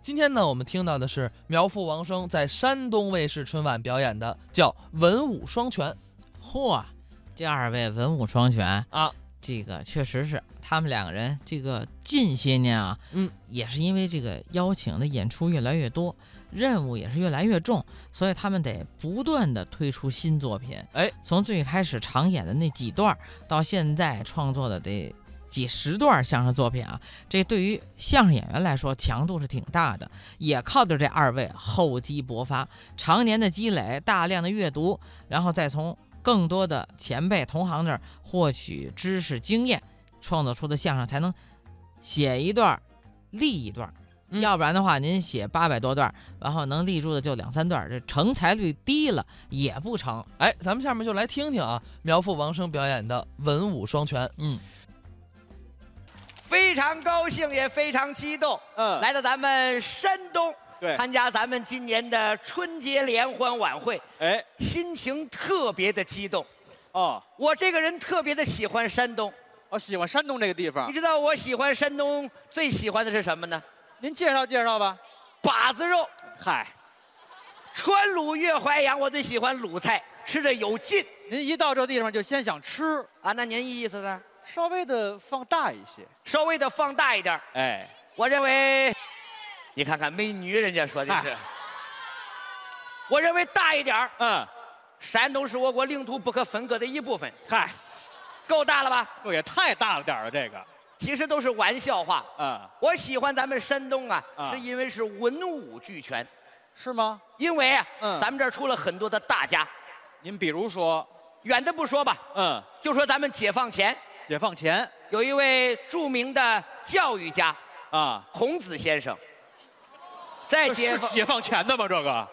今天呢，我们听到的是苗阜王声在山东卫视春晚表演的，叫《文武双全》。嚯，这二位文武双全啊，这个确实是他们两个人。这个近些年啊，嗯，也是因为这个邀请的演出越来越多，任务也是越来越重，所以他们得不断的推出新作品。哎，从最开始常演的那几段儿，到现在创作的得。几十段相声作品啊，这对于相声演员来说强度是挺大的，也靠着这二位厚积薄发，常年的积累，大量的阅读，然后再从更多的前辈同行那儿获取知识经验，创作出的相声才能写一段儿立一段儿。嗯要不然的话，您写八百多段儿，然后能立住的就两三段儿，这成才率低了也不成。哎，咱们下面就来听听啊，苗阜王声表演的《文武双全》。嗯，非常高兴，也非常激动，嗯来到咱们山东，对参加咱们今年的春节联欢晚会，哎，心情特别的激动。哦，我这个人特别的喜欢山东，我喜欢山东这个地方你。知道我喜欢山东最喜欢的是什么呢？您介绍介绍吧。把子肉，嗨，川鲁粤淮扬，我最喜欢鲁菜，吃着有劲您一到这地方就先想吃，啊。那您意思呢？稍微的放大一些。稍微的放大一点，哎，我认为，你看看美女，人家说的是嗨，我认为大一点儿嗯，山东是我国领土不可分割的一部分，嗨，够大了吧？这也太大了点儿了，这个。其实都是玩笑话。嗯，我喜欢咱们山东啊，啊是因为是文武俱全，是吗？因为啊，嗯咱们这儿出了很多的大家。您比如说，远的不说吧，嗯，就说咱们解放前解放前有一位著名的教育家啊，孔子先生，在这解是放解放前的吗？这个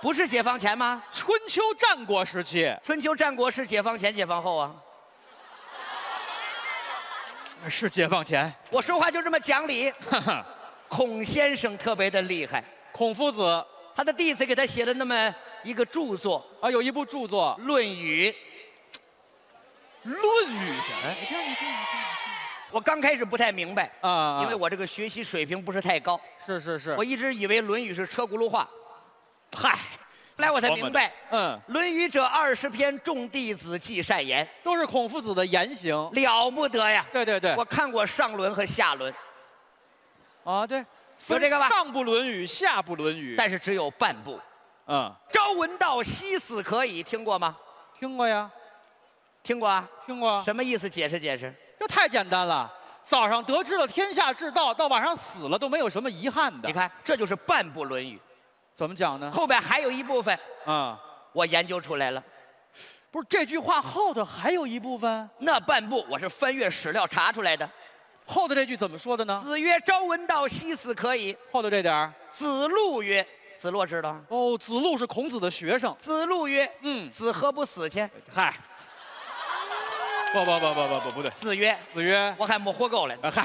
不是解放前吗？春秋战国时期，春秋战国是解放前、解放后啊。是解放前。我说话就这么讲理。哈哈，孔先生特别的厉害，孔夫子他的弟子给他写了那么一个著作啊，有一部著作《论语》。 《论语》哎。你看我刚开始不太明白，啊啊，因为我这个学习水平不是太高，是是是我，一直以为《论语》是车轱辘话，嗨，后来我才明白，嗯， 《论语》者二十篇，众弟子记善言，都是孔夫子的言行。了不得呀！对对对，我看过上轮和下轮，啊对，有这个吧分上不《论语》，下不《论语》。但是只有半部。嗯，朝闻道，夕死可矣，听过吗？听过呀，听过啊？听过啊。什么意思？解释解释。这太简单了。早上得知了天下之道，到晚上死了都没有什么遗憾的。啊你，看，这就是半部《论语怎么讲》，呢？后边还有一部分啊、我研究出来了。不是这句话后头还有一部分，那半部我是翻阅史料查出来的。后头这句怎么说的呢？子曰：“朝闻道，夕死可矣。后头这点儿”子路曰：“子路知道吗？哦，子路是孔子的学生。子路曰：“嗯，子何不死去嗨，不不不不不不不对？”，子曰子曰：“，我看没活够了。啊嗨，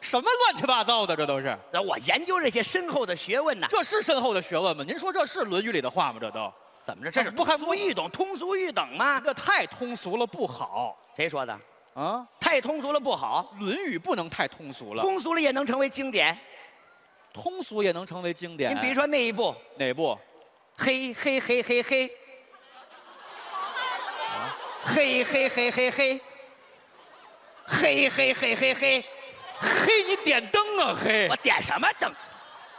什么乱七八糟的，这都是。那我研究这些深厚的学问呐，这是深厚的学问吗？您说这是《论语》里的话吗？这都，怎么着？这是不通看俗易懂，通俗易懂吗？这太通俗了，不好谁说的？啊！太通俗了不好， 《论语》不能太通俗了，通俗了也能成为经典。通俗也能成为经典。您比如说那一部，哪部？嘿嘿嘿嘿嘿，啊嘿嘿嘿嘿嘿，嘿嘿嘿嘿嘿，嘿，你点灯啊，嘿我！点什么灯？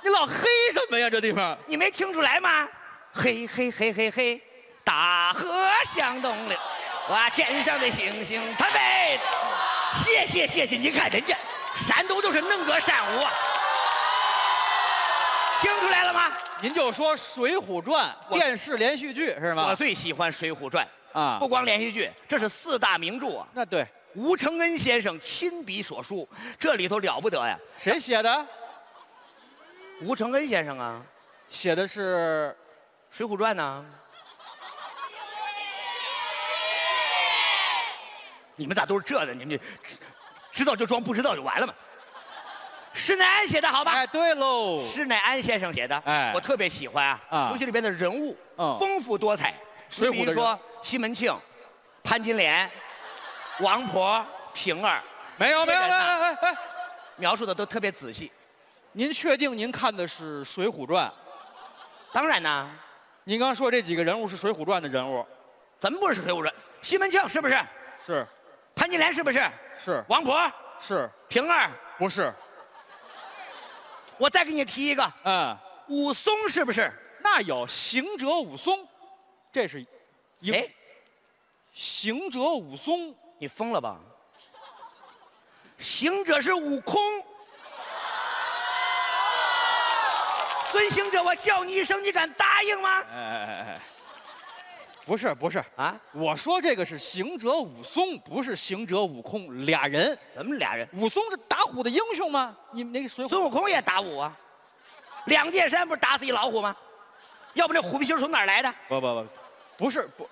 你老嘿什么呀？这地方你没听出来吗？嘿嘿嘿嘿嘿，大河向东流，哇，天上的星星参北。谢谢谢谢，您看人家山东就是能歌善舞啊，听出来了吗？您就说《水浒传》我电视连续剧是我吗？最喜欢《水浒传》啊不光连续剧，这是四大名著啊，那对，吴承恩先生亲笔所书，这里头了不得呀。谁写的？吴承恩先生啊，写的是《水浒传》呢？你们咋都是这的？你们这知道就装不知道就完了嘛。施耐庵写的好吧哎，？对喽，《施耐庵先生写的，哎我特别喜欢啊啊，尤其里边的人物嗯丰富多彩。水浒的你比如说西门庆、潘金莲、王婆、平儿，没有没有这没个有呢哎哎哎，描述的都特别仔细。您确定您看的是《水浒传》？当然呐，您刚说这几个人物是《水浒传》的人物，怎么不是《水浒传》？西门庆是不是？是潘金莲是不是？是王婆、是，平儿，不是？我再给你提一个，嗯，武松是不是？那有行者武松，这是一哎，行者武松，你疯了吧？行者是悟空，孙行者，我叫你一声，你敢答应吗？哎哎哎哎，不是不是，啊，我说这个是行者武松，不是行者悟空，俩人。咱们俩人，武松是打虎的英雄吗？你们那个水孙浒悟空也打五啊，两界山不是打死一老虎吗？要不那虎皮筋儿从哪儿来的？不不不，不是不，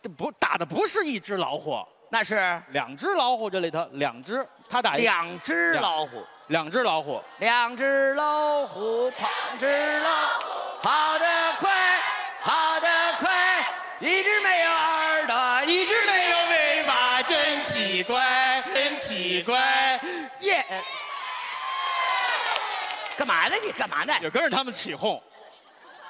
这不打的不是一只老虎，那是哎两只老虎这里头两只，他打一两只两老虎，两只老虎，两只老虎，跑只老虎，跑得快，跑得快，一只没有二的，一只没有尾巴，真奇怪，真奇怪，耶、干嘛呢你？干嘛呢？也跟着他们起哄，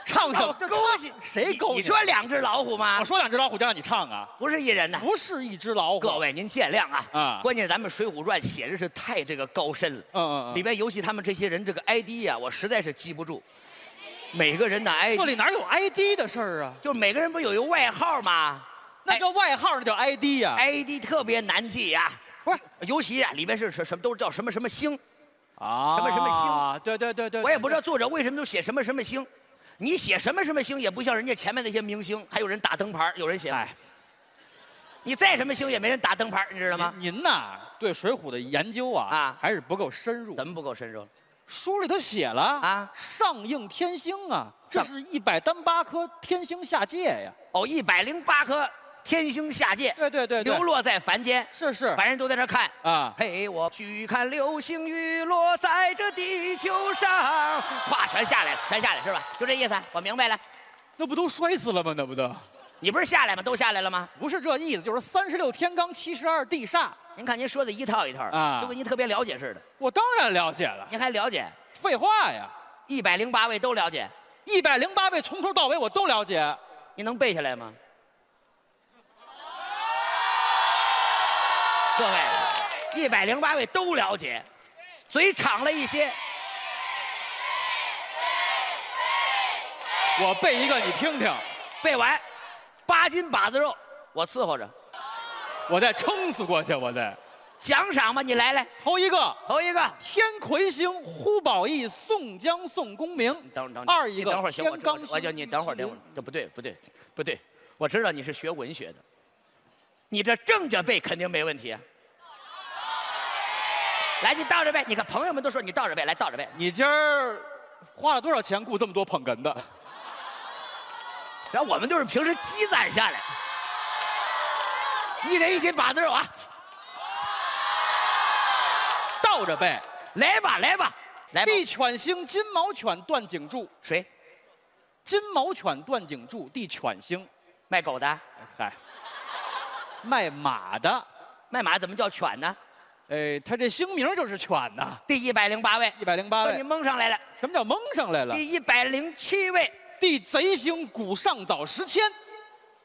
唱什让我么？勾你，谁勾你？你说两只老虎吗我？说两只老虎就让你唱啊，不是一人呐。不是一只老虎。哎各，位您见谅啊！啊关键咱们《水浒传》写的是太这个高深了，嗯嗯里嗯，边尤其他们这些人这个 ID 啊，我实在是记不住，每个人的这 ID，里哪有 ID 的事儿啊？就是每个人不有一个外号吗？哎那叫外号，那叫 ID 呀。 ID 特别难记呀、不是尤其啊，里边是什什么都是叫什么什么星，啊什么什么星？啊对对对对，我也不知道。道作者为什么都写什么什么星，你写什么什么星也不像人家前面那些明星，还有人打灯牌儿，有人写，哎，你再什么星也没人打灯牌儿，你知道吗？您您呐，对《水浒》的研究啊，啊还是不够深入。怎么不够深入？书里头写了啊上应天星啊，这上是一百单八颗天星下界呀。哦，一百零八颗天星下界，对对对对，流落在凡间，是是凡人都在那儿看。啊，陪我去看流星雨落在这地球上，咵全下来了，全下来是吧？就这意思，啊我明白了。那不都摔死了吗？那不都你不是下来吗？都下来了吗？不是这意思，就是三十六天罡七十二地煞，您看您说的一套一套啊就跟您特别了解似的。我当然了解了。您还了解？废话呀，一百零八位都了解，一百零八位从头到尾我都了解。您能背下来吗？各位，一百零八位都了解，嘴敞了一些。我背一个你听听，背完，八斤把子肉，我伺候着。我再撑死过去，我再奖赏吧，你来来，头一个。头一个。天魁星，呼保义，宋江，宋公明。等等，二一你个等会儿行，我天罡我星我叫你等会儿，等会儿，这不对，不对，不对，我知道你是学文学的，你这正着背肯定没问题啊。来，你倒着背，你看朋友们都说你倒着背，来倒着背，你今儿花了多少钱雇这么多捧哏嗯的？然后我们都是平时积攒下来，一人一斤把子肉啊，倒着背。来吧来吧来吧，地犬星，金毛犬段景柱，谁金毛犬段景柱，地犬星。卖狗的嗨，卖马的，卖马怎么叫犬呢？哎，他这星名就是犬呐。第一百零八位，一百零八说你位，啊蒙上来了，什么叫蒙上来了？第一百零七位地贼星，古上早时迁。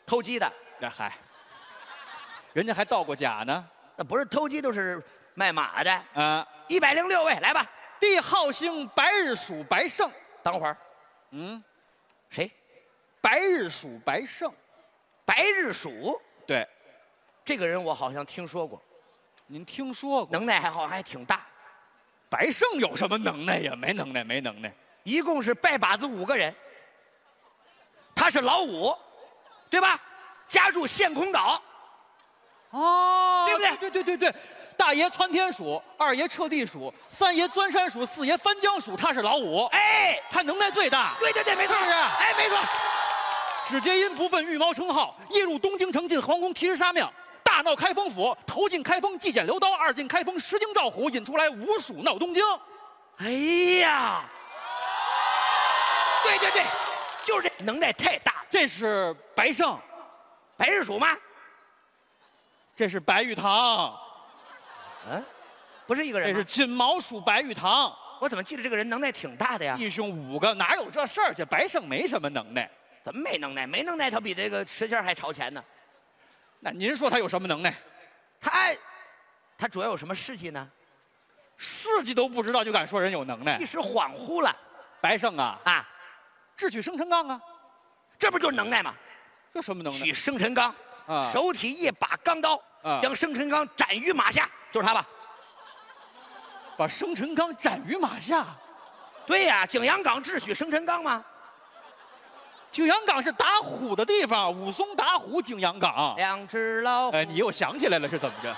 偷鸡的，那嗨，人家还倒过甲呢。那不是偷鸡就是卖马的，啊，一百零六位来吧。地昊星，白日鼠，白胜。等会儿，嗯，谁？白日鼠，白胜。白日鼠对，这个人我好像听说过，您听说过？能耐还好像还挺大。白胜有什么能耐呀？没能耐，没能耐。一共是拜把子五个人，他是老五，对吧？家住陷空岛，哦，对不对对对对对对，大爷窜天鼠，二爷彻地鼠，三爷钻山鼠，四爷翻江鼠，他是老五，哎，他能耐最大，对对对，没错，是不是啊哎，没错，只接阴不愤，御猫称号，夜入东京城，进皇宫提石杀庙。大闹开封府，头进开封，祭剪刘刀；二进开封，石惊赵虎，引出来五鼠闹东京。哎呀，对对对，就是这能耐太大了。这是白胜，白日鼠吗？这是白玉堂，嗯，不是一个啊这人是吗，锦毛鼠白玉堂。我怎么记得这个人能耐挺大的呀？弟兄五个哪有这事儿去？白胜没什么能耐，怎么没能耐？没能耐，他比这个石谦还朝前呢。那您说他有什么能耐？他，哎他主要有什么事迹呢？事迹都不知道就敢说人有能耐一？时恍惚了白胜啊，啊，智取生辰纲啊，这不就是能耐吗？这什么能耐取生辰纲，啊？手提一把钢刀，啊将生辰纲斩于马下，就是他吧？把生辰纲斩于马下。对呀、景阳冈智取生辰纲吗？景阳冈是打虎的地方，武松打虎，景阳冈。两只老虎，哎，你又想起来了是怎么着？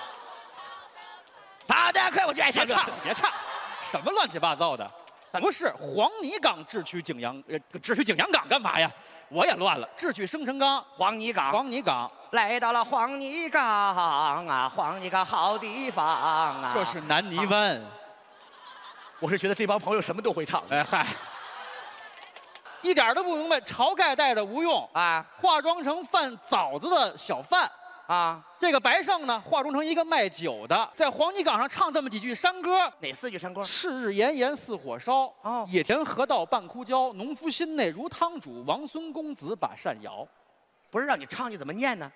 跑得快，我就爱唱别歌。唱，别唱，什么乱七八糟的？不是黄泥岗智取景阳，呃，智取景阳冈干嘛呀？我也乱了，智取生辰纲，黄泥岗，黄泥岗，来到了黄泥岗啊，黄泥岗好地方啊。这是南泥湾。我是觉得这帮朋友什么都会唱 哎嗨，一点都不明白。晁盖带着吴用，啊化妆成贩枣子的小贩。啊，这个白胜呢，化妆成一个卖酒的，在黄泥岗上唱这么几句山歌：哪四句山歌？赤日炎炎似火烧，哦野田河道半枯焦。农夫心内如汤煮，王孙公子把扇摇。不是让你唱，你怎么念呢？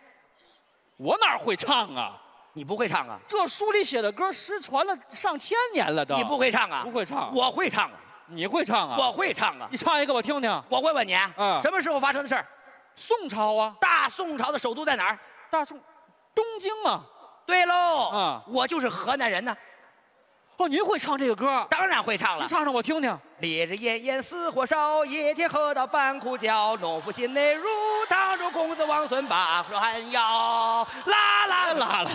我哪会唱啊？你不会唱啊？这书里写的歌失传了上千年了都。你不会唱啊？不会唱我会唱啊！你会唱啊？我会唱啊！你唱一个我听听。我问问你，啊嗯什么时候发生的事儿？宋朝啊，大宋朝的首都在哪儿？大宋，东京啊。对喽，嗯我就是河南人呢，哦，您会唱这个歌？当然会唱您了。唱唱我听听。烈日炎炎似火烧，野田河道半枯焦。农夫心内如汤煮，公子王孙把汗摇。啦啦啦啦，啦啦啦！